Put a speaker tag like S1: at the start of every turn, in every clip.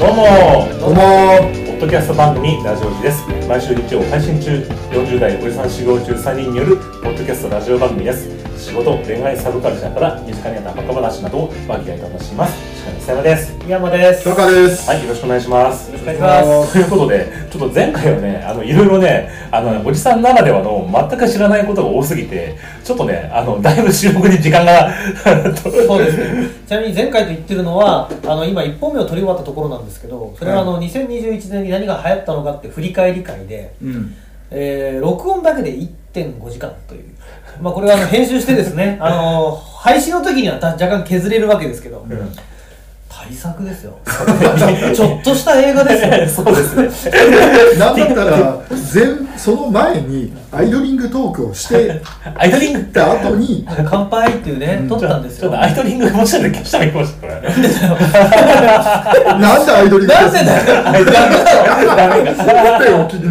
S1: どうも
S2: どう
S1: ポ
S2: も
S1: ッドキャスト番組ラジオジです毎週日曜配信中40代おじさん修行中3人によるポッドキャストラジオ番組です仕事恋愛サブカルチャーから身近にあったバカ話などを和気あいと話します司会の佐山です
S3: 宮本です。
S2: 京香です、
S1: はいよろしくお願いします
S3: よろしくお願いします
S1: ということでちょっと前回はねあのいろいろねあのおじさんならではの全く知らないことが多すぎてちょっとねあのだいぶ収録に時間が
S3: そうですね。ちなみに前回と言ってるのは、あの今一本目を取り終わったところなんですけど、それはあの2021年に何が流行ったのかって振り返り会で、
S2: うん、
S3: えー録音だけで1.5時間という。まあこれはあの編集してです ね、あの配信の時にはた若干削れるわけですけど、対策ですよ。 ちょっとした映画ですよ。
S1: そう ですね
S2: なんだったら前その前にアイドリングトークをして
S1: アイドリング
S2: た後に
S3: 乾杯っていうね、撮ったんです
S1: ちょっ
S3: よ。
S1: とアイドリングもしたんで消したら行きましたこれ
S2: なんでアイドリング
S3: なんでだよ。
S2: よお聞き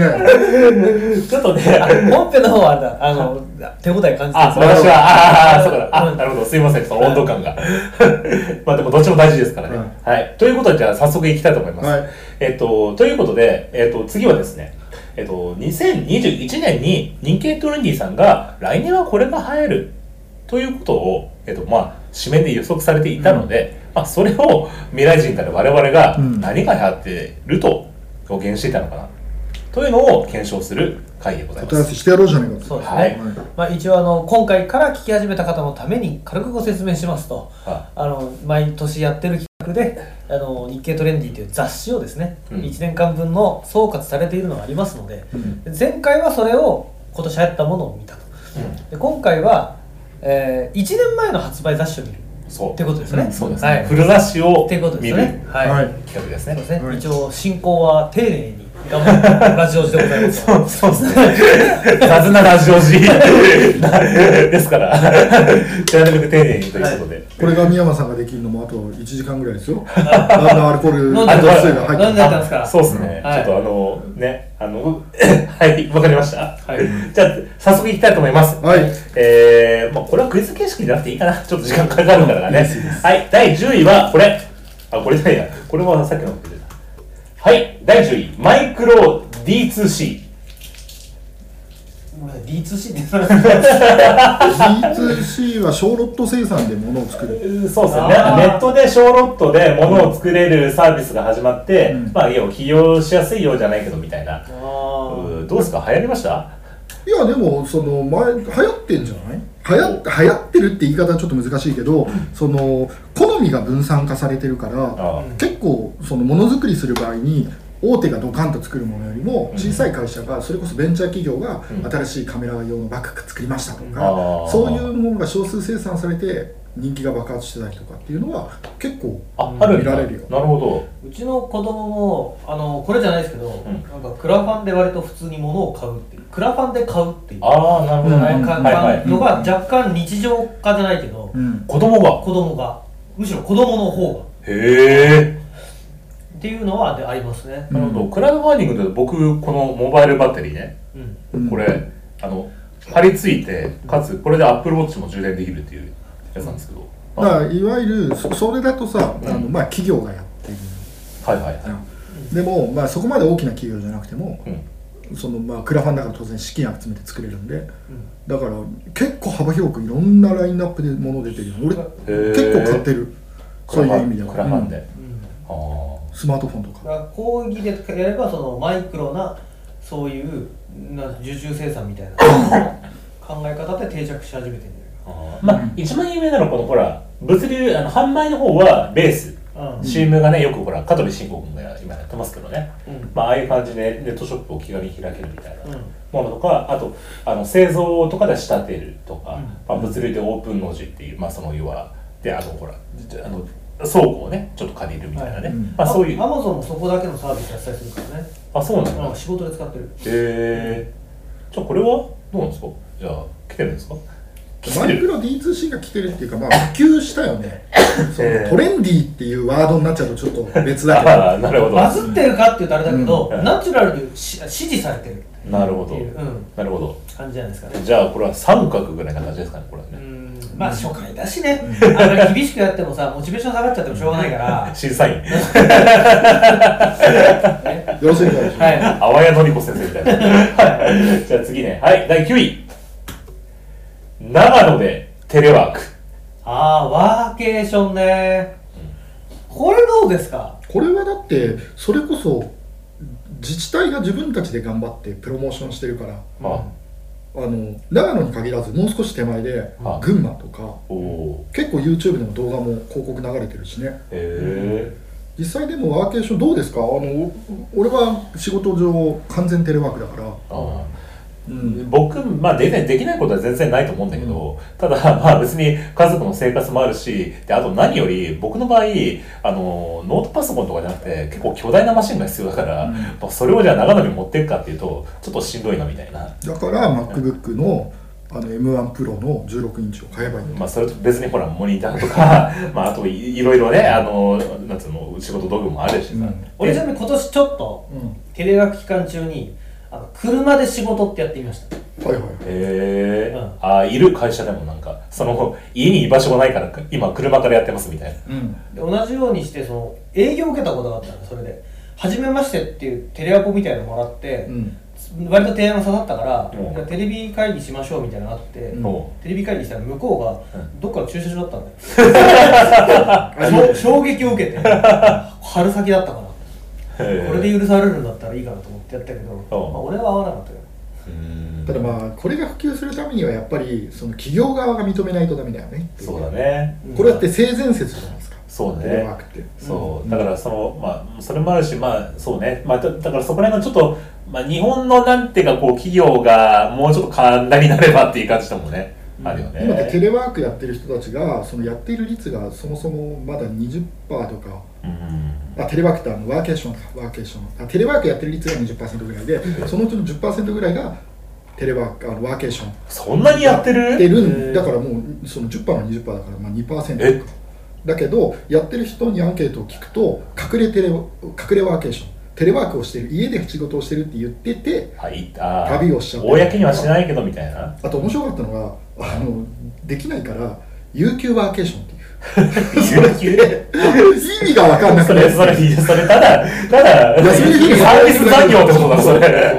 S2: ね
S1: ちょっとね、あ
S3: 本編の方はあれだ、あの手応え感じて
S1: あ、
S3: ます
S1: 私は、ああ、そうだ、
S3: う
S1: あ、
S3: ん
S1: なるほど、すいません、その温度感が。 まあでも、どっちも大事ですからね。
S2: うん
S1: はい。ということで、じゃあ、早速いきたいと思います。
S2: はい
S1: えっと、ということで、えっと、次はですね、えっと、2021年に、日経トレンディさんが、来年はこれが流行る、ということを、えっと、まあ、紙面で予測されていたので、まあ、それを未来人たる我々が
S2: うん、
S1: 何が流行ってると表現していたのかな、というのを検証する回でござい
S2: お
S1: ま
S2: 問い合わ
S1: す。
S2: せしてやろうじゃないか
S3: そ
S2: と
S3: うですね、
S1: はい
S3: まあ、一応あの今回から聞き始めた方のために軽くご説明しますと
S1: は
S3: あの毎年やってる企画で「あの日経トレンディ」という雑誌をですね、
S1: うん
S3: 1年間分の総括されているのがありますので
S2: うん
S3: 前回はそれを今年流行ったものを見たと
S1: うん
S3: で今回は、え1年前の発売雑誌を見る
S1: そう。
S3: ってことですね、
S2: うん
S1: そうです
S3: は
S1: ね。
S3: い、
S1: フル雑誌を
S3: っていうことで
S1: 見
S3: す
S1: る
S3: ねはい、
S2: はい
S1: 企画です
S3: そうで
S1: ね。
S3: すね、
S2: はい
S3: 一応進行は丁寧に頑張ってラジオでございま す
S1: そうそうですね。 雑なラジオ 時ですから、なるべく丁寧にということで。
S2: これが宮間さんができるのもあと1時間ぐらいですよあんなアルコール
S3: 飲ん
S2: 度
S3: でた
S2: 数が入って
S3: 飲んでたんですから
S1: そうですね。
S3: うんはい
S1: ちょっとあの、ね、あの、 はい、わかりました。
S3: はい
S1: じゃあ、早速いきたいと思います。
S2: はい
S1: えー、まあこれはクイズ形式じゃなくていいかな。ちょっと時間かかるからね。はい、第10位はこれ。あ、これだや。これはさっきのことだ。はい、第10位。マイクロ D2C。
S3: D2C って言ってた
S2: D2C は小ロット生産で物を作る
S1: そうですねネ
S3: あー
S1: ットで小ロットで物を作れるサービスが始まって、
S2: うん
S1: まあ要は起業しやすいようじゃないけどみたいな、う
S3: あー
S1: ーどうですか流行りました
S2: いやでもその前流行ってんじゃない流行っ流行ってるって言い方はちょっと難しいけどその好みが分散化されてるから
S1: あ
S2: 結構そのものづくりする場合に大手がドカンと作るものよりも
S1: うん
S2: 小さい会社がそれこそベンチャー企業が
S1: うん
S2: 新しいカメラ用のバッグ作りましたと
S1: あ
S2: か
S1: ー
S2: そういうものが少数生産されて人気が爆発してたりとかっていうのは結構
S1: あああるんだ
S2: 見られるよ
S1: なるほど
S3: うちの子供もあのこれじゃないですけど、
S1: ん
S3: なんかクラファンで割と普通に物を買うっていうクラファンで買うっていう
S1: ああなるほど、
S2: うん
S1: は
S3: 買
S1: い
S3: い買う
S1: はいはい
S3: のが若干日常化じゃないけど、
S2: うん
S1: 子供が
S3: 子供がむしろ子供の方が
S1: へえ
S3: っていうのはでありますね、
S1: なるほどクラウドファンディングで僕このモバイルバッテリーね
S3: うん、
S2: うん
S1: これあの貼り付いてかつこれで AppleWatch も充電できるっていうやつなんですけどあ
S2: だからいわゆるそそれだとさあの
S1: うん
S2: まあ企業がやってる
S1: はいはい
S2: じゃ
S1: は
S2: んでもまあそこまで大きな企業じゃなくても
S1: い、うん、
S2: そのまあクラファンだから当然資金集めて作れるんでだから結構幅広くいろんなラインナップで物出てるよ俺結構買ってるそういう意味では
S1: クラファンで、
S2: う
S3: う
S2: ん
S3: ん
S1: ああ
S2: スマートフォンと
S3: だか
S2: から
S3: 講義でやればそのマイクロなそういうなんか受注生産 みたいな考え方で定着し始めてるんじ
S1: まあ、一番有名なのはこのほら物流あの販売の方はベース、
S3: ゃないかな、うん
S1: CM がねよくほら香取慎吾君が今やってますけどね、
S3: うん
S1: まあ、ああいう感じでネットショップを気軽に開けるみたいな
S3: うん
S1: ものとか、あとあの製造とかで仕立てるとか、
S3: うん
S1: まあ、物流でオープン農地っていう、まあ、その要はであのほらあの倉庫をねちょっと借りるみたいなね、
S2: はいうん
S1: まあ、そういう
S3: ア
S1: あ
S3: マゾンもそこだけのサービスやったりするからね、
S1: そうなんだ、
S3: う
S1: へ
S3: ん、仕事で使ってる
S1: えじゃあこれはどうなんですかじゃあ来てるんですか来
S2: マ
S1: て
S2: イク
S1: る
S2: ロ D2C が来てるっていうかまあ普及したよねそ
S1: え
S2: の
S1: ー
S2: トレンディーっていうワードになっちゃうとちょっと別だけど
S1: ああなるほど
S3: バズってるかっていうとあれだけど、
S1: うん
S3: ナチュラルにし支持されてる
S1: なるほど、
S3: うん
S1: なるほど
S3: 感じじゃないですかね
S1: じゃあこれは三角ぐらいな感じですかねこれは
S3: う
S1: ね、
S3: んまあ初回だしね、あんまり厳しくやってもさ、モチベーション下がっちゃってもしょうがないから、
S1: 審査員、
S3: ね、
S2: よろしいですか
S3: はい、は
S1: 淡谷のり子先生みたいな。はいじゃあ次ね。はい、第9位。長野でテレワーク。
S3: あー、ワーケーションね、これどうですか、
S2: これはだってそれこそ自治体が自分たちで頑張ってプロモーションしてるから
S1: まあ、
S2: あの長野に限らずもう少し手前で
S1: あ
S2: 群馬とか
S1: おお
S2: 結構 YouTube でも動画も広告流れてるしね
S1: ー。へ
S2: 実際でもワーケーションどうですかあのお俺は仕事上完全テレワークだから、
S1: ーあー
S2: うん、
S1: 僕、まあ、全然できないことは全然ないと思うんだけど、ただ、まあ、別に家族の生活もあるし、で、あと何より、僕の場合、あの、ノートパソコンとかじゃなくて、結構巨大なマシンが必要だから、
S2: うん
S1: まあそれをじゃあ長野に持っていくかっていうと、ちょっとしんどいなみたいな。
S2: だから MacBook のあの M1 プロの16インチを買えばいいんだ
S1: まあ、それと別にほら、モニターと か、まあ、あといいろいろね、あの、なんつうの、仕事道具もあるしさ。
S2: うん
S3: 俺、ちな
S1: え
S3: みに今年ちょっと、
S2: うん
S3: テレワーク期間中に、あの車で仕事ってやってみました。
S2: はいはいはい
S1: へえ
S3: うん
S1: ああ、いる会社でもなんか、その、家に居場所がないから、今、車からやってますみたいな。
S2: うん
S3: で同じようにしてその営業を受けたことがあったのそれで「初めまして」っていうテレアポみたいなのもらって、
S2: うん
S3: 割と提案が刺さったから、
S1: うん
S3: じゃあテレビ会議しましょうみたいなのがあって、
S2: うん
S1: も
S3: テレビ会議したら向こうが
S1: うん
S3: どっかの駐車場だったんだ よ、
S2: ありえ
S3: 衝衝撃を受けて春先だったから
S1: う、へー
S3: これで許されるんだったらいいかなと思ってやったけど、まあ、俺は合わなかったけど
S1: うーん
S2: ただまあこれが普及するためにはやっぱりその企業側が認めないとダメだよね
S1: そうだね。
S3: うん
S2: これだって性善説じゃないですか
S1: そうね
S2: テレワークって
S1: そう、だからその、まあ、それもあるし、まあ、そうね、まあ、だだからそこら辺のちょっと、まあ、日本のなんていうか、こう、企業がもうちょっと寛大になればっていう感じでもね、あるよ
S2: 今ってテ
S1: ね。
S2: レワークやってる人たちがそのやっている率がそもそもまだ20%とか
S1: うん
S2: あテレワークってあのワーケーションかワーケーションあテレワークやってる率が20%ぐらいでそのうちの10%ぐらいがテレワークあのワーケーション
S1: そんなにやってる
S2: てる
S3: へー
S2: んだからもうその10%の20%だからまあ
S1: え
S2: 2%とかだけどやってる人にアンケートを聞くと隠れテレ隠れワーケーションテレワークをしてる家で仕事をしてるって言ってて
S1: はい、あー
S2: 旅をしちゃった
S1: 公にはしないけどみたいな。
S2: あと面白かったのがあのできないから有給ワーケーションってい
S1: 有
S2: う
S1: 給
S2: 意味が分かんな
S1: そ
S2: く
S1: れ、
S2: て
S1: それ、いやそれ、ただ、ただ、
S2: 休みの日に
S1: サービス残業ってことだ、それ。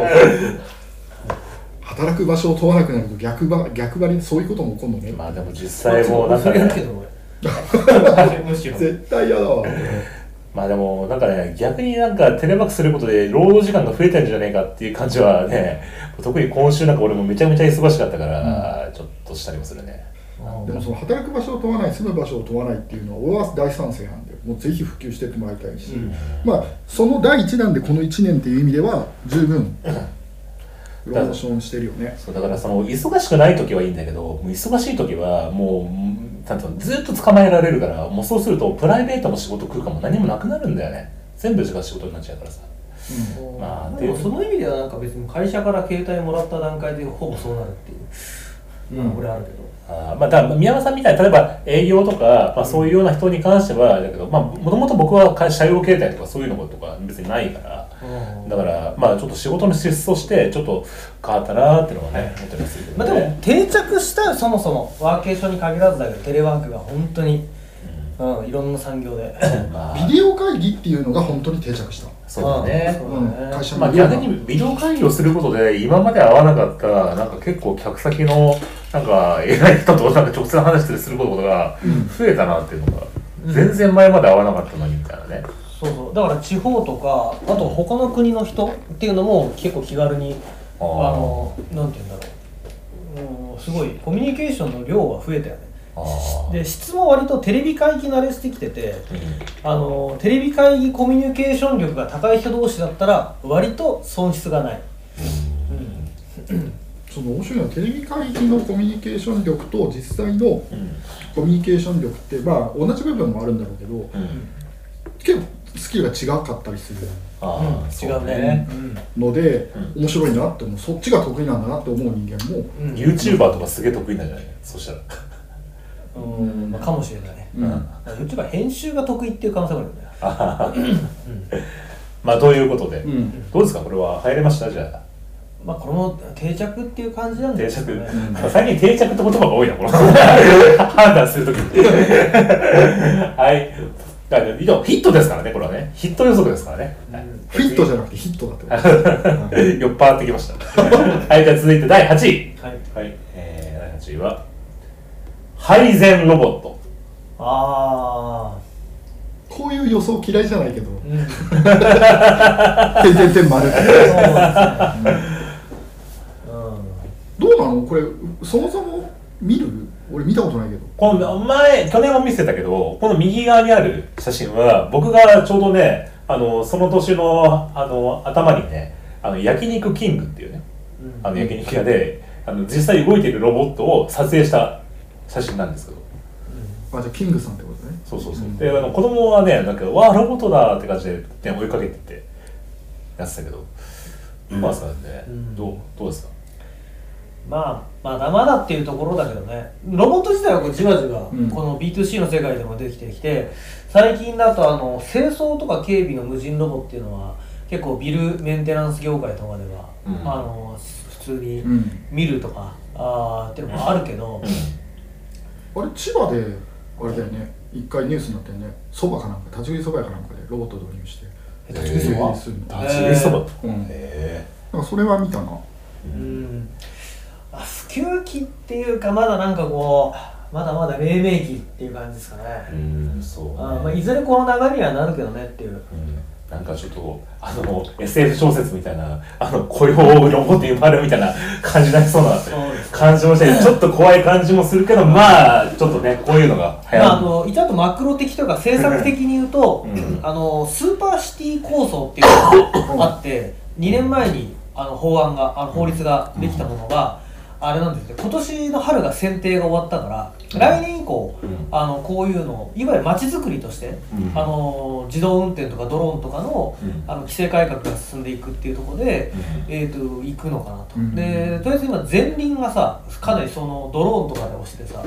S2: 働く場所を問わなくなると逆ば逆張りそういうことも起こるのね
S1: まあでも実際もうなんか、
S3: それやるけ
S1: ね、
S3: ど 俺むしろ
S2: 絶対嫌だわ
S1: まあでもなんかね、逆になんかテレワークすることで労働時間が増えたんじゃねえかっていう感じはね、特に今週なんか俺もめちゃめちゃ忙しかったから、ちょっとしたりもするね。
S2: でもその働く場所を問わない住む場所を問わないっていうのは俺は大賛成なんでもうぜひ普及してってもらいたいし、
S3: うん
S2: まあその第一弾でこの1年っていう意味では十分プロモーションしてるよね
S1: そうだからその忙しくない時はいいんだけど、もう忙しい時はもう、なんていうのずっと捕まえられるから、もうそうするとプライベートも仕事来るかも何もなくなるんだよね。全部が仕事になっちゃうからさ。まあ
S3: でもその意味ではなんか別に会社から携帯もらった段階でほぼそうなるっていう、
S2: うん
S3: これあるけど
S1: あーまあ、だから宮山さんみたいに例えば営業とか、まあ、そういうような人に関してはだけど、まあ、もともと僕は会社用携帯とかそういうのとか別にないからだから、まあ、ちょっと仕事の質としてちょっと変わったなーっていうのはね思ってますけどね、
S3: まあ、でも定着したそもそもワーケーションに限らずだけどテレワークが本当に、うん、いろんな産業で
S1: まあ
S2: ビデオ会議っていうのが本当に定着した
S1: そうだね
S3: そ
S2: うん
S3: うだね
S2: 会社
S1: まあ、
S2: のビデオ
S1: 逆にビデオ会議をすることで今まで会わなかったなんか結構客先のなんか偉い人となんか直接話したりすることが増えたなっていうのが、全然前まで会わなかったのにみたいなね、
S3: そうそうだから地方とかあと他の国の人っていうのも結構気軽にあ
S1: あー
S3: のなんて言うんだろう、うん、すごいコミュニケーションの量は増えたよね
S1: あー
S3: で質も割とテレビ会議慣れしてきてて
S1: うん
S3: あのテレビ会議コミュニケーション力が高い人同士だったら割と損失がない、うん
S2: その面白いのはテレビ会議のコミュニケーション力と実際の
S1: うん
S2: コミュニケーション力ってまあ同じ部分もあるんだろうけど
S1: うん
S2: 結構スキルが違かったりする
S1: ああ、
S3: 違
S1: そうう
S3: ね
S1: ね。
S3: うん
S2: ので
S1: う
S2: 面白いなって思うそっちが得意なんだなって思う人間も
S3: うん
S1: YouTuber とかすげえ得意なんじゃないそしたら。
S3: うんまあ、かもしれないね、
S2: うん
S3: うちは編集が得意っていう可能性もあるんだよ
S1: まあ、ということで、
S2: うん
S1: どうですかこれは入れましたじゃあ。
S3: まあこれも定着っていう感じなん
S1: 定
S3: ですよ
S1: 着、
S3: ね
S1: 最近定着って言葉が多い なこの判断するときに はいだから以上ヒットですからねこれはねヒット予測ですからね、はい
S2: フィットじゃなくてヒットだってこと
S1: 酔っ払ってきました はいじゃあ続いて第8位
S3: はい
S1: はいえー、第8位は配膳ロボット
S3: ああ
S2: こういう予想嫌いじゃないけど
S3: う んそうで
S2: 「てんてんてん丸」
S3: すねうん
S2: どうなのこれそもそも見る俺見たことないけど
S1: この前去年も見せたけどこの右側にある写真は僕がちょうどねあのその年のあの頭にねあの焼肉キングっていうね
S3: うん
S1: あの焼肉屋であの実際動いてるロボットを撮影した写真なんですけど
S2: あじゃあキングさんってことね
S1: そうそうそう、
S2: うん
S1: であの子供はねなんか「わあロボットだ」って感じで、ね、追いかけてってやってたけど今さね、
S3: うん
S1: どうどうですか
S3: まあまだまだっていうところだけどねロボット自体はこうじわじわ、
S2: うん
S3: この B2C の世界でも出てきてきて最近だとあの清掃とか警備の無人ロボっていうのは結構ビルメンテナンス業界とかでは、
S1: うん
S3: あの普通に
S2: うん
S3: 見るとか、あーっていうのもあるけど、
S2: あれ千葉であれだよね一回ニュースになったよねそばかなんか立ち食いそばやかなんかでロボット導入して
S3: え立ち食いそば
S2: するの
S1: 立ち食いそば
S2: うん
S1: へ
S2: なんかそれは見たな
S3: うんあ普及期っていうかまだなんかこうまだまだ黎明期っていう感じですかね、
S1: えうんそう、ね
S3: あーまあ、いずれこの流れにはなるけどねっていう
S1: うんなんかちょっとあの SF 小説みたいなあの雇用をロボットに生まれるみたいな感じになりそうな
S3: そうです
S1: 感じもしてちょっと怖い感じもするけどまあちょっとねこういうのが流
S3: まあ、あ
S1: 行る
S3: の一応あとマクロ的とか政策的に言うと、
S1: うん
S3: あのスーパーシティ構想っていうのがあって2年前にあの法案があの法律ができたものが、あれなんですね今年の春が選定が終わったから、来年以降、
S1: うん
S3: あのこういうのをいわゆるまちづくりとして、
S1: うん
S3: あの自動運転とかドローンとかの,、
S1: うん
S3: あの規制改革が進んでいくっていうところで、
S1: う
S3: えー、と行くのかなと、
S2: うん
S3: でとりあえず今前輪がさかなりそのドローンとかで押してさ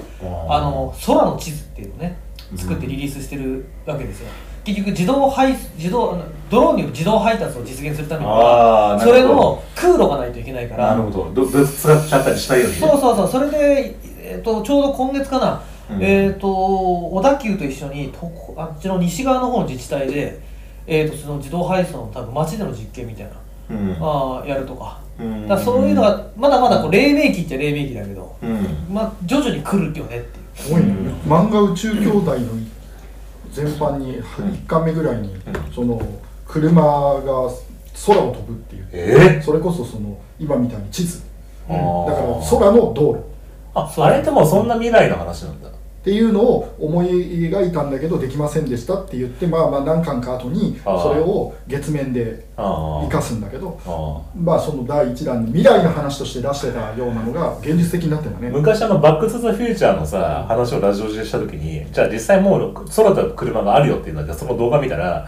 S3: あの空の地図っていうのをね作ってリリースしてるわけですよ、結局自動配自動あのドローンによる自動配達を実現するためには
S1: あー
S3: それ
S1: なるほ
S3: の空路がないといけないから
S1: なるほどどぶつかっちゃったりしないようにね
S3: そうそうそうそれで、えー、とちょうど今月かな、
S1: うん
S3: えっ、と小田急と一緒にとこあっちの西側の方の自治体で、えー、とその自動配送の多分街での実験みたいな、
S1: うん
S3: あーやるとか
S1: うん
S3: だからそういうのがまだまだこう黎明期っちゃ黎明期だけど、
S1: うん
S3: まあ、徐々に来るよねっていう。
S2: すごいね
S1: うん
S2: 漫画宇宙兄弟の全般に1巻目ぐらいに
S1: ん
S2: その車が空を飛ぶっていう
S1: え
S2: それこそその今みたいに地図
S1: あ
S2: だ
S1: ー
S2: から空の道路
S1: ああれでもそんな未来の話なんだ
S2: っていうのを思い描いたんだけどできませんでしたって言ってまあまあ何巻か後に
S1: あー
S2: それを月面で
S1: あ
S2: 生かすんだけど
S1: ああ
S2: まあその第1弾に未来の話として出してたようなのが現実的になってんだね
S1: 昔あの「バック・トゥ・ザ・フューチャー」のさ話をラジオ中でした時にじゃあ実際もう空飛ぶ車があるよっていうのはじゃあその動画見たら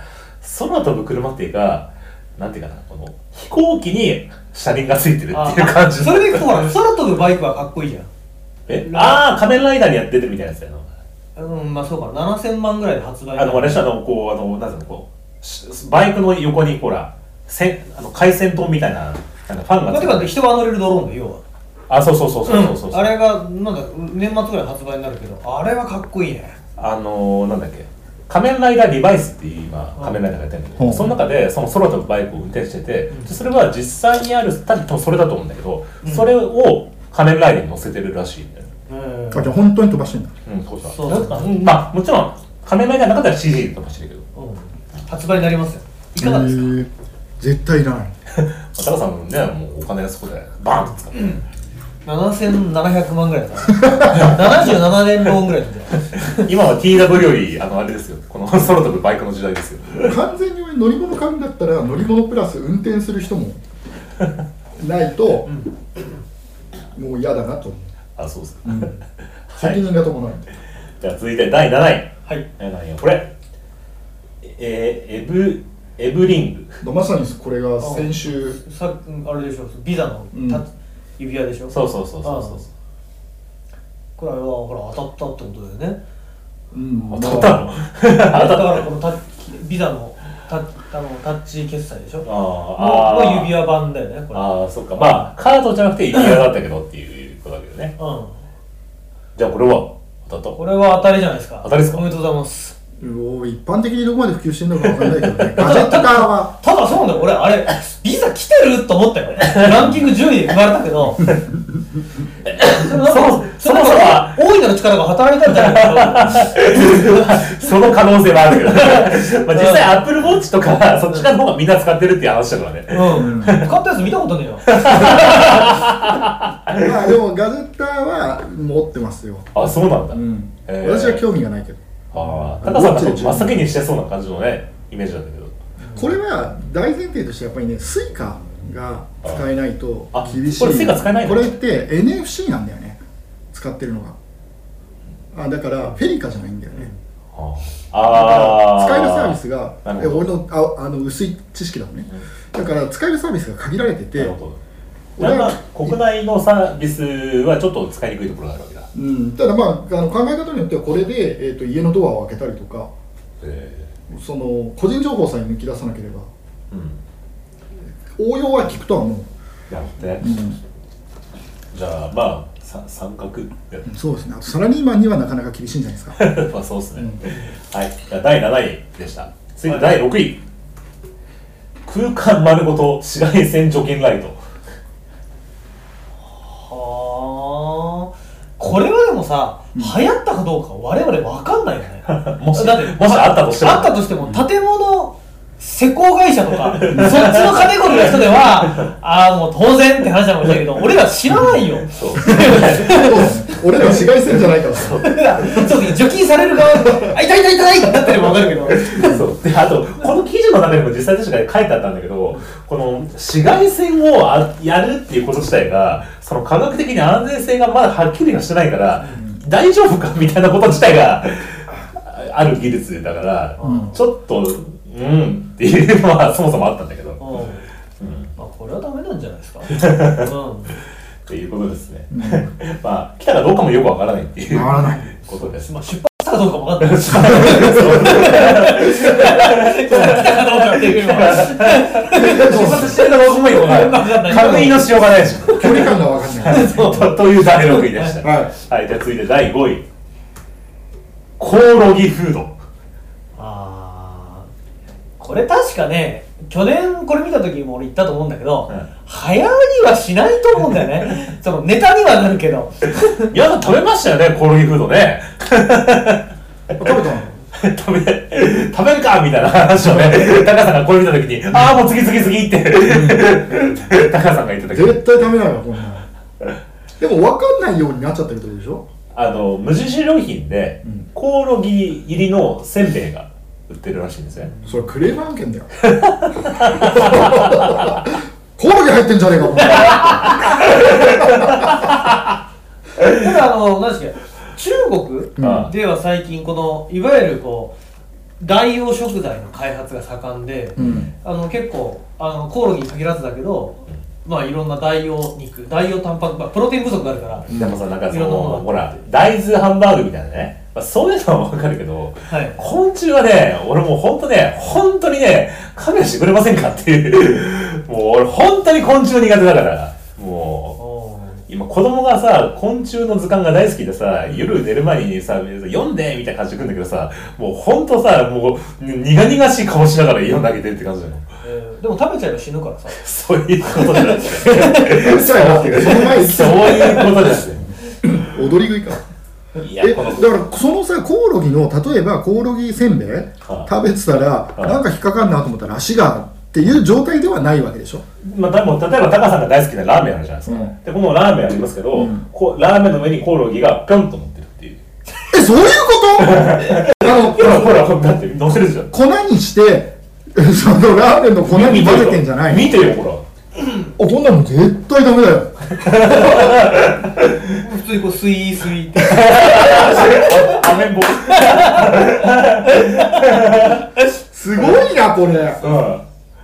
S1: 空飛ぶ車っていうかなんていうかなこの飛行機に車輪がついてる
S3: あ
S1: っていう感じ
S3: それでいくとほら空飛ぶバイクはかっこいいじゃん
S1: えああ仮面ライダーにやってるみたいなやつだよ
S3: うんまあそうかな7000万ぐらいで発売
S1: あの私あのこうあのなんていうのこうしバイクの横にほらせんあの回線灯みたいななんかファンが
S3: まあ
S1: つい
S3: て
S1: て
S3: か
S1: る
S3: 人が乗れるドローンだよ要は
S1: あそうそうそうそうそうそう、
S3: あれがなんか年末ぐらい発売になるけどあれはかっこいいね
S1: あのー、なんだっけ仮面ライダーリバイスっていう今
S3: うん
S1: 仮面ライダーがやってるんだけ
S2: う
S1: ど
S2: ん
S1: その中でその空飛ぶバイクを運転しててでそれは実際にある多分それだと思うんだけど
S3: うん
S1: それを仮面ライダーに乗せてるらしいんだよね
S3: うん
S2: あじゃあ本当に飛ばしてんだ
S1: うんそうだ
S3: そうそ
S1: な
S3: う
S1: んかうんまあもちろん仮面ライダーの中では CG かもしれないけど
S3: 発売になりますよいかがですか、
S2: へー絶対いらない
S1: タカさんもねもうお金がそこでバーンと使って
S3: 7700万ぐらいだ な77年ローンぐらいなんじゃない
S1: 今は TW よりあのあれですよこの空飛ぶバイクの時代ですよ
S2: 完全に俺乗り物買うんだったら乗り物プラス運転する人もないともう嫌だなと思
S1: あそうですか
S2: う、責任が伴う、
S1: じゃあ続いて第7位
S3: はい
S1: 第7位はこれえー、エブエブリング
S2: まさにこれが先週
S3: さあれでしょビザの
S2: うん
S3: た指輪でしょ、
S1: そうそうそうそうそうそう
S3: これはほら当 たったってことだよね
S2: う ん
S1: 当たったの
S3: だからこのたビザのタッあのタッチ決済でしょ
S1: あー
S3: の
S1: あー
S3: は指輪版だよねこれ
S1: ああそっかまあカードじゃなくて指輪だったけどっていうことだけどね
S3: う
S1: じゃあこれは当た
S3: ん
S1: っ
S3: これは当たりじゃないですか
S1: 当たりですか
S3: おめでとうございます
S2: おー一般的にどこまで普及してるのかわかんないけどねガジェットカーは
S3: ただそうなんだよ俺あれビザ来てると思ったよねランキング10位で言われたけどそれなん
S1: そ
S3: か
S1: もそ
S3: それ
S1: もそもは
S3: なんか大いなる力が働いたんじゃないかな
S1: た その可能性はあるけ ど、まあ実際アップルウォッチとかそっちの方がみんな使ってるっていう話だからね
S3: うん買ったやつ見たことねえよ
S2: まあでもガジェッターは持ってますよ、
S1: あそうなんだ、
S2: うん
S1: へー
S2: 私は興味がないけど
S1: ああ高さんなんか真っ先にしてそうな感じのねイメージなんだけど
S2: これは大前提としてやっぱりねスイカが使えないと
S1: あ
S2: 厳しい
S1: これスイカ使えないの
S2: これって NFC なんだよね使ってるのがあだからフェリカじゃないんだよね、
S1: あ
S2: だから
S1: あ
S2: 使えるサービスが
S1: なる
S2: え
S1: ほ
S2: 俺
S1: ど
S2: のああの薄い知識だもんね、だから使えるサービスが限られて
S1: な
S2: て
S1: るほど
S2: 俺
S1: なん
S2: は
S1: か国内のサービスはちょっと使いにくいところがあるわけだへ
S2: うん、ただまああの考え方によってはこれで、えー、と家のドアを開けたりとか
S1: え
S2: その個人情報さえ抜き出さなければ
S1: うん
S2: 応用は効くとは思
S1: なるほどね
S2: う、う
S1: じゃあまあさ三角 やっ
S2: ん、そうですねあとサラリーマンにはなかなか厳しいんじゃないですか
S1: まあそうですね、
S2: うん
S1: はいじゃあ第7位でした続いて第6位、空間丸ごと紫外線除菌ライト
S3: はあこれはでもさ、流行ったかどうか我々分かんないよね
S1: もし
S3: だって
S1: もしあったとしても
S3: あったとしても建物施工会社 とか、そっちのカテゴリーの人では、ああ、もう当然って話なのかもしれないけど、俺ら知ら ないよ。
S1: そう
S2: 俺ら紫外線じゃないからさ
S3: 俺らそう除菌される側、あ、痛い痛い痛いってなってれば分かるけど、
S1: そうであとこの記事の中でも実際確かに書いてあったんだけどこの紫外線をあやるっていうこと自体がその科学的に安全性がまだはっきりはしてないから、大丈夫かみたいなこと自体があある技術だから、
S2: うん
S1: ちょっとうんっていうのはそもそもあったんだけど、
S3: うん
S1: うん
S3: まあ、これはダメなんじゃない ですか。うん
S1: っていうことですね、
S2: ん
S1: まあ来たかどうかもよくわからないっていう
S2: わからない
S1: ことです
S3: まあ、出発したかどうかも分かんないし。来たかどうかっていうのは。
S1: 出発してるかどうかもよくわからない確認のしようがないし
S2: 距離感が分かんな い
S1: とという第6位でした、
S2: はい
S1: はい、じゃあ続いて第5位。コオロギフード。
S3: あーこれ確かね去年これ見た時も俺言ったと思うんだけど、
S1: うん
S3: 流行りはしないと思うんだよ ねそのネタにはなるけど
S1: 皆さん食べましたよね、コオロギフードね。
S2: 食べたの
S1: 食べ、食べるかみたいな話をね、タカさんがこれ見たときに、ああ、もう次次次って、タカさんが言ってたけど、
S2: 絶対食べないわこんなのでも分かんないようになっちゃってるってことでしょ
S1: あの、無印良品で
S2: うん、
S1: コオロギ入りのせんべいが売ってるらしいんですね。
S2: それクレーム案件だよコオロギ入ってんじゃねえかお前
S3: ただあの何で中国
S1: あ
S3: では最近このいわゆるこう代用食材の開発が盛んで、
S2: うん
S3: あの結構あのコオロギに限らずだけど、まあいろんな代用肉代用タンパク、まあ、プロテイン不足があるから、
S1: でもさ、なんかそ
S3: いろんなもの
S1: の、
S3: が
S1: ほら、大豆ハンバーグみたいなね、まあ、そういうのはわかるけど、
S3: はい
S1: 昆虫はね、俺もうほんとね、本当にね、勘弁してくれませんかっていう。もう俺本当に昆虫苦手だから。もう、
S3: おー
S1: 今子供がさ、昆虫の図鑑が大好きでさ、夜寝る前にさ、読んでみたいな感じで来るんだけどさ、もうほんとさ、もう苦々しい顔しながら家を投げてるって感じだよ。
S3: えーでも食べちゃえば死ぬからさ
S1: そういうことじゃない。そう
S2: うるさいなってその前に
S1: いうことですね。
S2: 踊り食いか
S1: い
S2: え
S1: や、こ
S2: だ
S1: の、
S2: からそのさコオロギの例えばコオロギせんべい
S1: は
S2: 食べてたら
S1: い
S2: なんか引っかかんなと思ったら足がっていう状態ではないわけでしょ
S1: まあ、でも例えばタカさんが大好きなラーメンあるじゃないですか、
S2: うん
S1: でこのラーメンありますけど、
S2: うん
S1: こうラーメンの上にコオロギがピョンと乗ってるっていう
S2: えそういうことあ の
S1: ほらほらほらだって乗せるじゃん
S2: 粉にして そのラーメンの粉に混ぜてんじゃないの
S1: 見てよほ
S2: あこんなの絶対ダメだよ
S3: 普通にこうスイースイーって
S1: らアメンボ
S2: すごいなこれ
S1: うん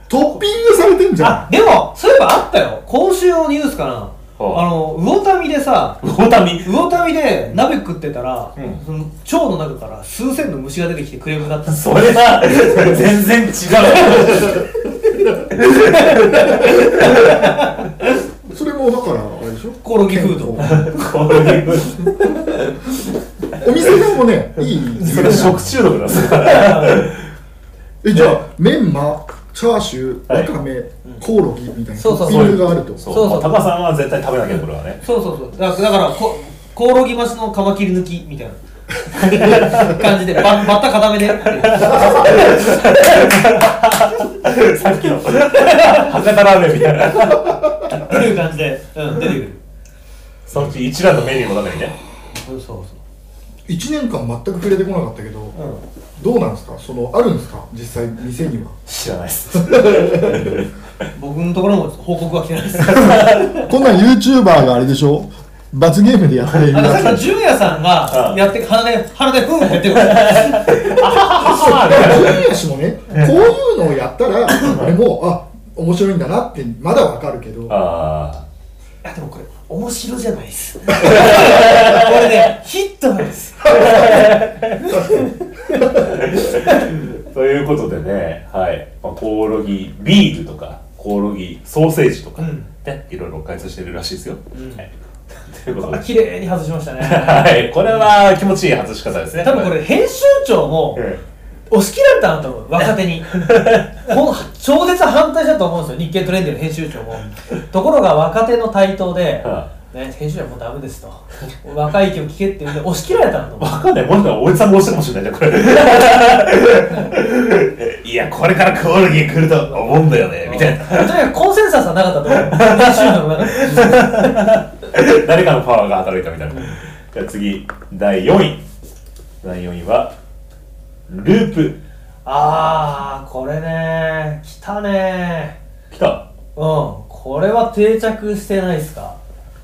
S2: トッピングされてんじゃん
S3: あでもそういえばあったよ今週のニュースかな
S1: は
S3: あの魚民でさ
S1: 魚民
S3: 魚民で鍋食ってたら、
S1: うん
S3: その腸の中から数千の虫が出てきてクレームだった
S1: それは全然違う
S2: それもだからあれでしょ
S3: コオロギフード
S2: 健
S1: これ
S2: 康お店でもねいい
S1: それ食中毒だそれ
S2: えじゃあメンマチャーシュー
S1: は
S2: わ
S1: い
S2: かめコオロギみたいな
S3: そうそう
S2: トッ
S3: そ
S2: ピ
S3: う
S2: ングがあると
S1: そう
S3: そうそう
S1: まあ、高さんは絶対食べなきゃこれは ね
S3: そうそうそうだだからこコオロギマスのカマキリ抜きみたいな 感じでババッタ固めで
S1: さっきの博多ラーメンみたいな
S3: っていう感じで、うん、出てくる
S1: そのうち一覧のメニューの中にね
S3: そうそう
S2: 1年間全く触れてこなかったけど
S3: そう、うん
S2: どうなんですかそのあるんですか実際店 には
S1: 知らないっす
S3: 僕のところも報告は 来てないです
S2: こんなん YouTuber があれでしょ罰ゲームでやってる
S3: あのさっきの
S2: やつ
S3: 純也さんが
S1: うん
S3: やって鼻で鼻でフンフンやってるから
S2: 有吉もねこういうのをやったら俺もあ面白いんだなってまだわかるけど
S1: あ
S3: あでもこれ面白じゃないです これねヒットなんです
S1: あということでねはい、まあ、コオロギビールとかコオロギソーセージとか、
S3: うん
S1: ねいろいろ開発してるらしいですよ、
S3: ん
S1: はい、ということで
S3: 綺麗に外しましたね
S1: はいこれは気持ちいい外し方ですね
S3: 多分これ編集長も
S1: うん
S3: お好きだったなと思う若手に この超絶反対だと思うんですよ日経トレンディの編集長もところが若手の台頭で、
S1: は
S3: ね、編集長はもうダメですと若い意見を聞けっていうんで押し切られたなと思う
S1: わかんないもんだらおじさんも押してるかもしれないじゃんこれいやこれからコオロギ来ると思うんだよねみたい な
S3: とにかくコンセンサスはなかったと思う編集長の中で
S1: 誰かのパワーが働いたみたいなじゃあ次第4位第4位はループ
S3: ああこれね来たね
S1: 来た
S3: うんこれは定着してないっすか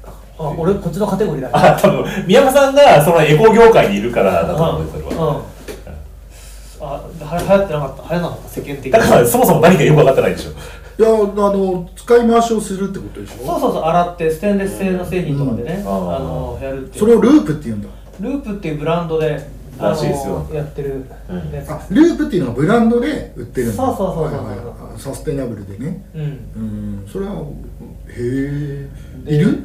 S3: あ俺こっちのカテゴリーだから
S1: あ多分宮本さんがそのエコ業界にいるからだと思うんですそれは
S3: うんあは流行ってなかった流行らなかった世間的に
S1: だからそもそも何かよく分かってないでしょ
S2: いやあの使い回しをするってことでし
S3: そう
S2: ょ
S3: そうそう洗ってステンレス製の製品とかで
S1: ん
S3: ね、あ
S1: あー
S3: のやるっていう
S2: それをループって言うんだ
S3: ループっていうブランドであの
S1: らしいですよ
S3: やってる
S1: うん
S3: やつ
S2: あループっていうのはブランドで売ってるんだ
S3: そうそうそうそう
S2: はいはいはいあサステナブルでね
S3: うん
S2: うんそれはへえいる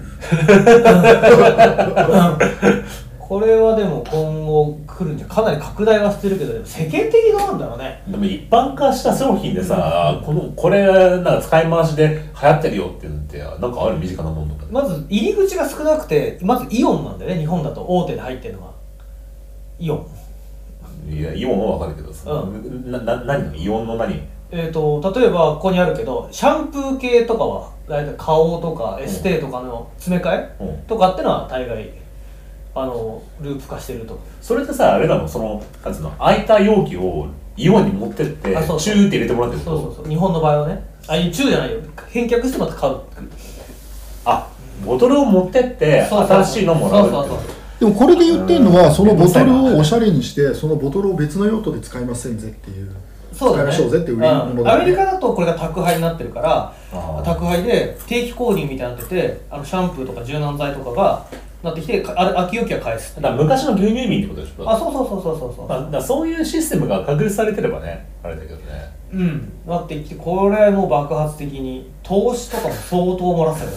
S3: これはでも今後来るんじゃかなり拡大はしてるけどでも世間的どうなんだろうね
S1: でも一般化した商品でさ、このこれなんか使い回しで流行ってるよっていうのってなんかある身近なもんとか
S3: まず入り口が少なくてまずイオンなんだよね日本だと大手で入ってるのはイオン
S1: いやイオンは分かるけどさ、
S3: う
S1: なな何なのイオンの何
S3: えー、と例えばここにあるけどシャンプー系とかは大体花王とかエステとかの詰め替え
S1: うん
S3: とかってのは大概あのループ化してると
S1: それってさあれなのそのなんつうの空いた容器をイオンに持ってってチ
S3: あ
S1: ュ
S3: そうそう
S1: ーって入れてもらってる
S3: そうそうそう日本の場合はねあいや中じゃないよ返却してまた買う
S1: あボトルを持ってって
S3: そうそう
S1: 新しいのもらうって
S3: そうそう
S2: でもこれで言ってるの
S1: う
S2: は
S1: ん
S2: そのボトルをおしゃれにしてそのボトルを別の用途で使いませんぜっていう
S3: そうそうだね
S2: 使いましょうぜっていう売り物だね
S3: うんアメリカだとこれが宅配になってるから
S1: あー
S3: 宅配で定期購入みたいになっててあのシャンプーとか柔軟剤とかがなってきてかあれ空き容器は返す
S1: だから昔の牛乳瓶ってことでしょ
S3: あそうそうそうそうそうそう
S1: まあだからそういうシステムが確立されてればねあれだけどね
S3: うんなってきてこれもう爆発的に投資とかも相当漏らせる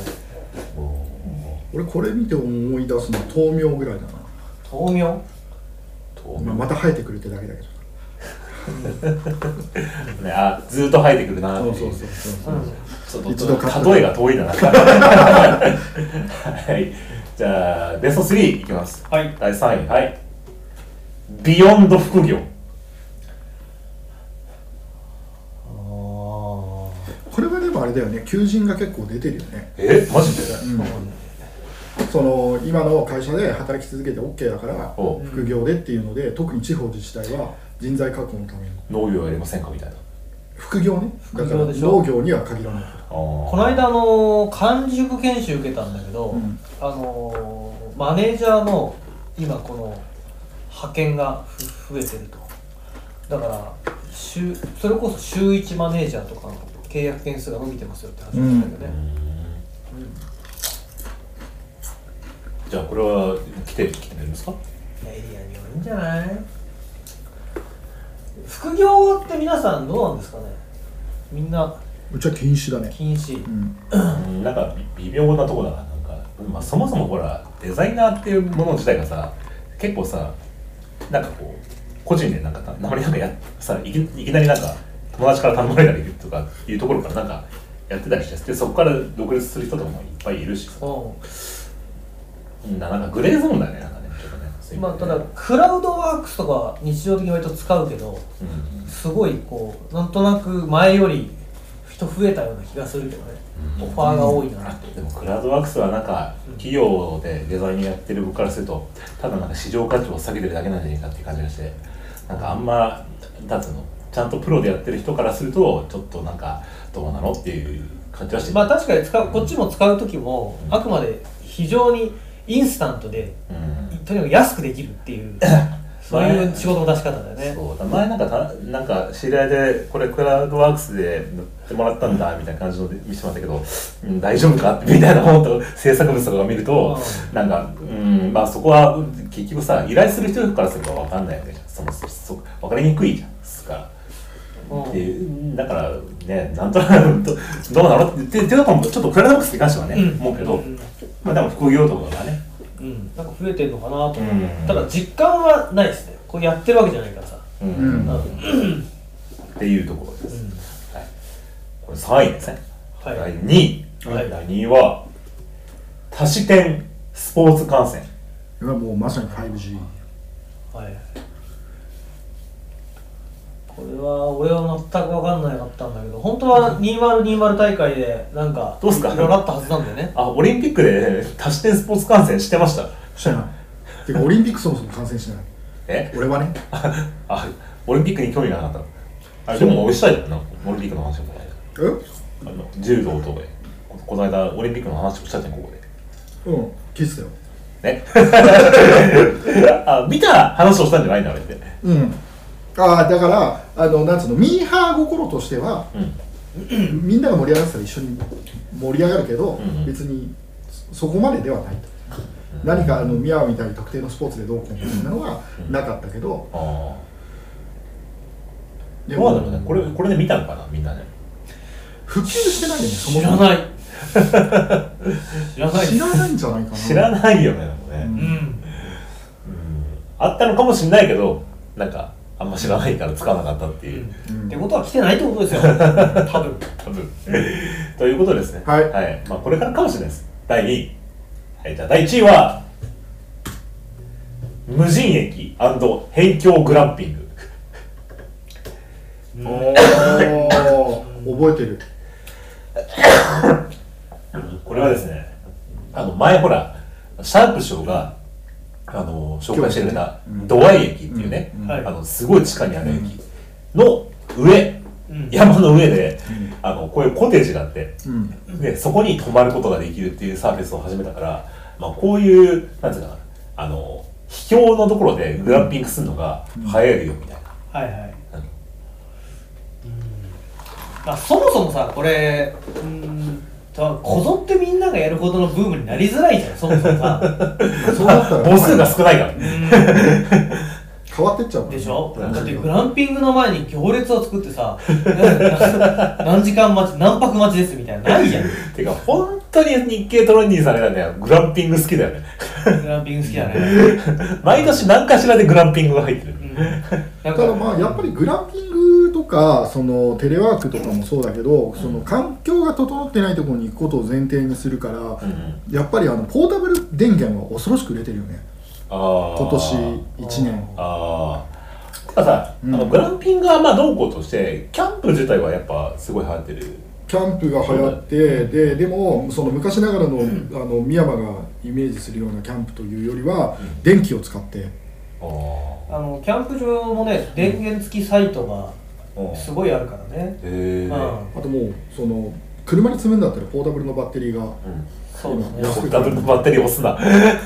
S2: 俺これ見て思い出すのは豆苗ぐらいだな、
S3: 豆苗
S1: 透明
S2: まあ、また生えてくるってだけだけど
S1: ねあずっと生えてくるなっていう
S2: そう
S1: ちょ
S2: うん
S1: っ
S2: 一度買った
S1: と例えが遠い ななんかはいじゃあベスト3いきます
S3: はい
S1: 第3位はいビヨンド副業
S2: これはでもあれだよね求人が結構出てるよね
S1: えマジで、
S2: その今の会社で働き続けて OK だから
S1: おう
S2: 副業でっていうので特に地方自治体は人材確保のために
S1: 農業やりませんかみたいな
S2: 副業ねだから
S3: 副業でしょ
S2: 農業には限らない
S1: こ
S3: この間あの管理職研修受けたんだけど、
S2: うん
S3: あのーマネージャーの今この派遣がふ増えてるとだから週それこそ週1マネージャーとかの契約件数が伸びてますよって話なんだけどね、
S1: じゃあこれは来て来てなりますか
S3: エリアにはいいんじゃない副業って皆さんどうなんですかねみんな
S2: うちは禁止だね
S3: 禁止
S2: うん
S1: うんなんか微妙なとこだななんか、まあ、そもそもほらデザイナーっていうもの自体がさ結構さなんかこう個人でなんかたたまになんかやさいきいきなりなんか友達から頼まれたりとかいうところからなんかやってたりしてでそこから独立する人とかもいっぱいいるしさ
S3: う
S1: うんなんかグレーゾーンだねなんかねちょっとねそうい
S3: ん
S1: う
S3: まあ
S1: 意味
S3: た
S1: で
S3: だクラウドワークスとかは日常的に割と使うけど
S1: うん
S3: すごいこうなんとなく前より人増えたような気がするけどね
S1: う
S3: オ
S1: ん
S3: ファーが多いな
S1: でもクラウドワークスはなんか企業でデザインやってる僕からするとただなんか市場価値を下げてるだけなんじゃないかっていう感じがしてなんかあんまなんつうのちゃんとプロでやってる人からするとちょっとなんかどうなのっていう感じはして
S3: まあ確かに使うこっちも使う時もあくまで非常にインスタントで
S1: うん
S3: とにかく安くできるっていう そういう仕事の出し方だよね
S1: そうだ前なんかたなんか知り合いでこれクラウドワークスで塗ってもらったんだみたいな感じので見せてもらったけど、うん、大丈夫かみたいな本と制作物とかを見ると、なんかうんまあそこは結局さ依頼する人からすれば分かんないわけじゃんそのそそ分かりにくいじゃんですから。
S3: うん
S1: っていうだからねなんとなくどどうなのってっていうのもちょっとクラウドワークスに関してはね、
S3: うん
S1: 思うけど、
S3: うん
S1: まあでも副業とかがね
S3: うん、なんか増えてるのかなと思って、
S1: うん
S3: ただ実感はないですねこうやってるわけじゃないからさ、
S1: うん、
S2: うん
S1: っていうところです、
S3: う
S1: はい、これ3位ですね
S3: んは
S1: 第
S3: い、
S1: 2位、
S3: はい
S1: 第2位は多視点スポーツ観戦
S2: 今もうまさに 5G
S3: はい、これは俺は全く分かんなかったんだけど本当は2020大会でなんか
S1: どうっすか
S3: いろいろあったはずなんだよね
S1: あオリンピックで多視点スポーツ観戦してました
S2: してないてかオリンピックそもそも観戦してない
S1: え
S2: 俺はね
S1: あオリンピックに興味がなかったあれでも俺したいだよなオリンピックの話もこ
S2: え
S1: の間あの柔道とかでここの間オリンピックの話をしたじゃんここで
S2: うん聞いてたよ
S1: ねあ見た話をしたんじゃないんだあれって
S2: うんああだからあのなんつうのミーハー心としては
S1: うん
S2: みんなが盛り上がってたら一緒に盛り上がるけど、
S1: うん
S2: 別にそこまでではないと、何かあのミヤみたいに特定のスポーツでどうこうみたいなのはなかったけど、
S1: ああ
S2: で
S1: どうなんだろう
S2: も
S1: ねこれこれで見たのかなみんなね
S2: 普及してないよねそも
S3: 知
S2: そ
S3: ら
S2: も
S3: ない知らない
S2: 知らないんじゃないかな
S1: 知らないよねでもね、
S2: うん
S3: うん
S1: あったのかもしれないけどなんかあんま知らないからつかなかったっていう、
S2: うん
S3: ってことは来てないってことですよ多分
S1: 多分 ということですね
S2: はい
S1: まあ、これからかもしれないです第2位、はい、じゃあ第1位は無人駅辺境グランピング
S2: おー覚えてる
S1: これはですねあの前ほらシャープ賞があの紹介してくれた
S2: うん
S1: 土合駅っていうね、
S2: うん
S3: はい
S1: あのすごい地下にある駅の上、
S3: うん
S1: 山の上で、
S2: うん
S1: あのこういうコテージがあって
S2: うん
S1: でそこに泊まることができるっていうサービスを始めたから、まあ、こういうなんていうのかなあの秘境のところでグランピングするのが流行るよみたいな、
S3: はいはい
S1: うん
S3: あそもそもさこれうーんとこぞってみんながやるほどのブームになりづらいじゃんそもそもさ
S2: そうなったら
S1: 母数が少ないから、
S3: うー
S2: 変わってっちゃうも
S3: ん
S2: んね
S3: でしょだってグランピングの前に行列を作ってさ 何時間待ち何泊待ちですみたいなないじゃん
S1: てか本当に日経トレンディーさんあれだねグランピング好きだよね
S3: グランピング好きだね、
S1: 毎年何かしらでグランピングが入ってる、
S3: うん、なん
S2: ただまあやっぱりグランピングとかそのテレワークとかもそうだけどその環境が整ってないところに行くことを前提にするから、
S1: うん
S2: やっぱりあのポータブル電源は恐ろしく売れてるよね
S1: あー
S2: 今年1年
S1: ああたださ、
S2: うん
S1: あのグランピングはまあどうこうとしてキャンプ自体はやっぱすごい流行ってる
S2: キャンプが流行ってででもその昔ながらの,、あの深山がイメージするようなキャンプというよりは
S1: うん
S2: 電気を使って
S1: ああ
S3: あのキャンプ場もね電源付きサイトがすごいあるからね、
S1: へえ
S3: うん
S2: あともうその車に積むんだったらポータブルのバッテリーが
S1: うん
S3: そうですね
S2: いや
S1: そうダブルのバッテリー押すな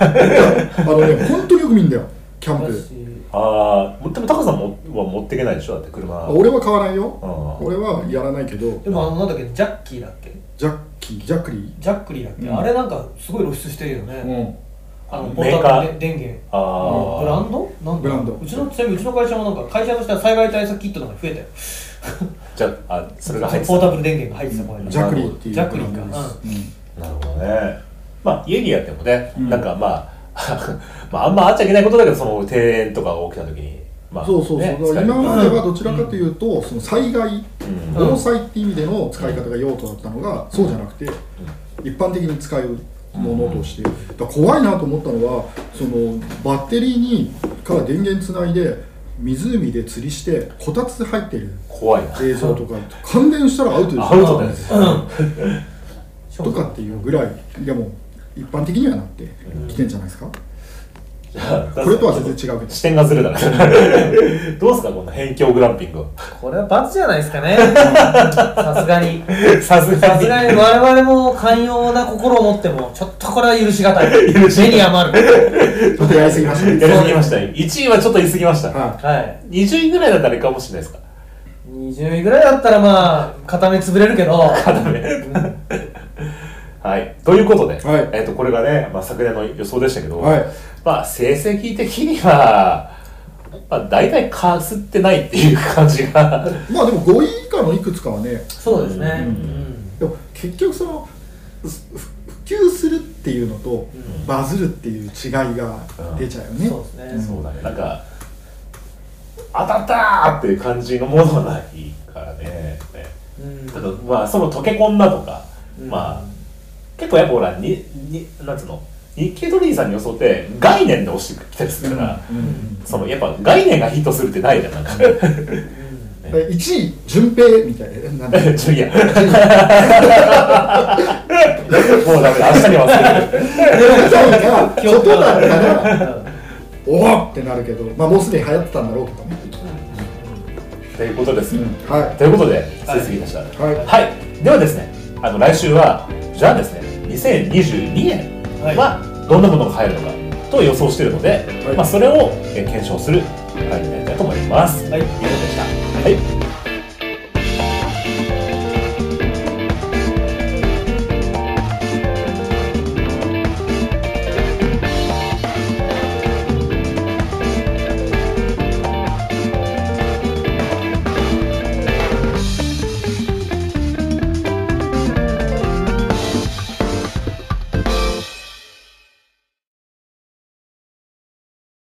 S2: あのね本当によく見んだよキャン
S3: だ
S2: プ
S3: し
S1: ああでもタカさんもは持っていけないでしょだって車
S2: 俺は買わないよ
S1: あー
S2: 俺はやらないけど
S3: でもあのなんだっけジャッキーだっけ
S2: ジャッキージャックリ
S3: ジャックリーだっけ、
S2: うん
S3: あれなんかすごい露出してるよね、
S2: ー、うん、
S3: あのポ
S1: メ
S3: ー
S1: ー
S3: タ
S1: カ
S3: ブル
S1: ー
S3: で電源
S1: あ
S3: ブラ
S1: あ
S3: ンドなんだ
S2: ブランド
S3: うちのちなみにうちの会社もなんか会社としては災害対策キットなんか増えたよ
S1: じゃああそれが入ってた
S3: ポータブル電源が入ってたこの間
S2: ジャクリーっていう
S3: ジャクリーか
S2: ブランドです
S1: なるほどねまあ家にやってもね、
S2: うん
S1: なんかまあ まああんまあっちゃいけないことだけどその停電とかが起きた時にまあ
S2: そうそうそう、
S1: ね
S2: だか
S1: 使
S2: ら
S1: える
S2: 今まではどちらかというと、その災害
S1: うん
S2: 防災っていう意味での使い方が用途だったのが、そうじゃなくて、一般的に使うものとして、だから怖いなと思ったのはそのバッテリーにから電源つないで湖で釣りしてこたつ入ってる
S1: 怖いな
S2: 映像とか感電したらアウトでし
S1: アウト
S2: ょ
S1: だよね
S3: そう
S2: とかっていうぐらいでも一般的にはなってきてんじゃないですか、 これとは全 然違うけど
S1: 視点がずれだね どうすかこの辺境グランピン グ
S3: これは罰じゃないですかねさすがに
S1: さすが
S3: さ
S1: に
S3: すがに我々も寛容な心を持ってもちょっとこれは許しがたい
S1: 許し難い
S3: 目に余る
S2: ちょっとやりすぎました
S1: やりす
S2: ね
S1: ぎましたね1位はちょっと言い過ぎました、
S2: は
S3: はい
S1: 20位ぐらいだったらいいかもしれないですか
S3: 20位ぐらいだったらまあ片目潰れるけど
S1: 片目はいということで、
S2: はい
S1: えっとこれがね、まあ、昨年の予想でしたけど、
S2: はい
S1: まあ成績的には、まあ、大体かすってないっていう感じが
S2: いまあでも5位以下のいくつかはね
S3: そうですね、
S1: う
S3: うん
S2: でも結局そのすふ普及するっていうのと
S3: うん
S2: バズるっていう違いが出ちゃうよね、
S3: そうですね、
S1: そうだねなんか当たったーっていう感じのものはないからね
S3: うん
S1: ただまあその溶け込んだとか、
S3: うん
S1: まあ結構やっぱほらにになんつうの日経トリーさんに予想って概念で押してきたりするから、
S2: うんうん
S1: そのやっぱ概念がヒットするってないじゃんなんか
S2: だから1位順平みたいななんだ
S1: ちょいやもうダメだ明日に忘れる
S2: がことだったら
S3: うん
S2: おおってなるけど、まあ、もうすでに流行ってたんだろうけどね、
S1: ということです、
S2: は
S1: ということで失礼しましたはい、
S2: はい
S1: ではですねあの来週はじゃあですね2022年
S3: はい
S1: はどんなものが入るのかと予想しているので、
S2: はい
S1: まあ、それをえー検証する回になりたいと思います、
S3: は
S1: 以上
S3: い
S1: でした、はい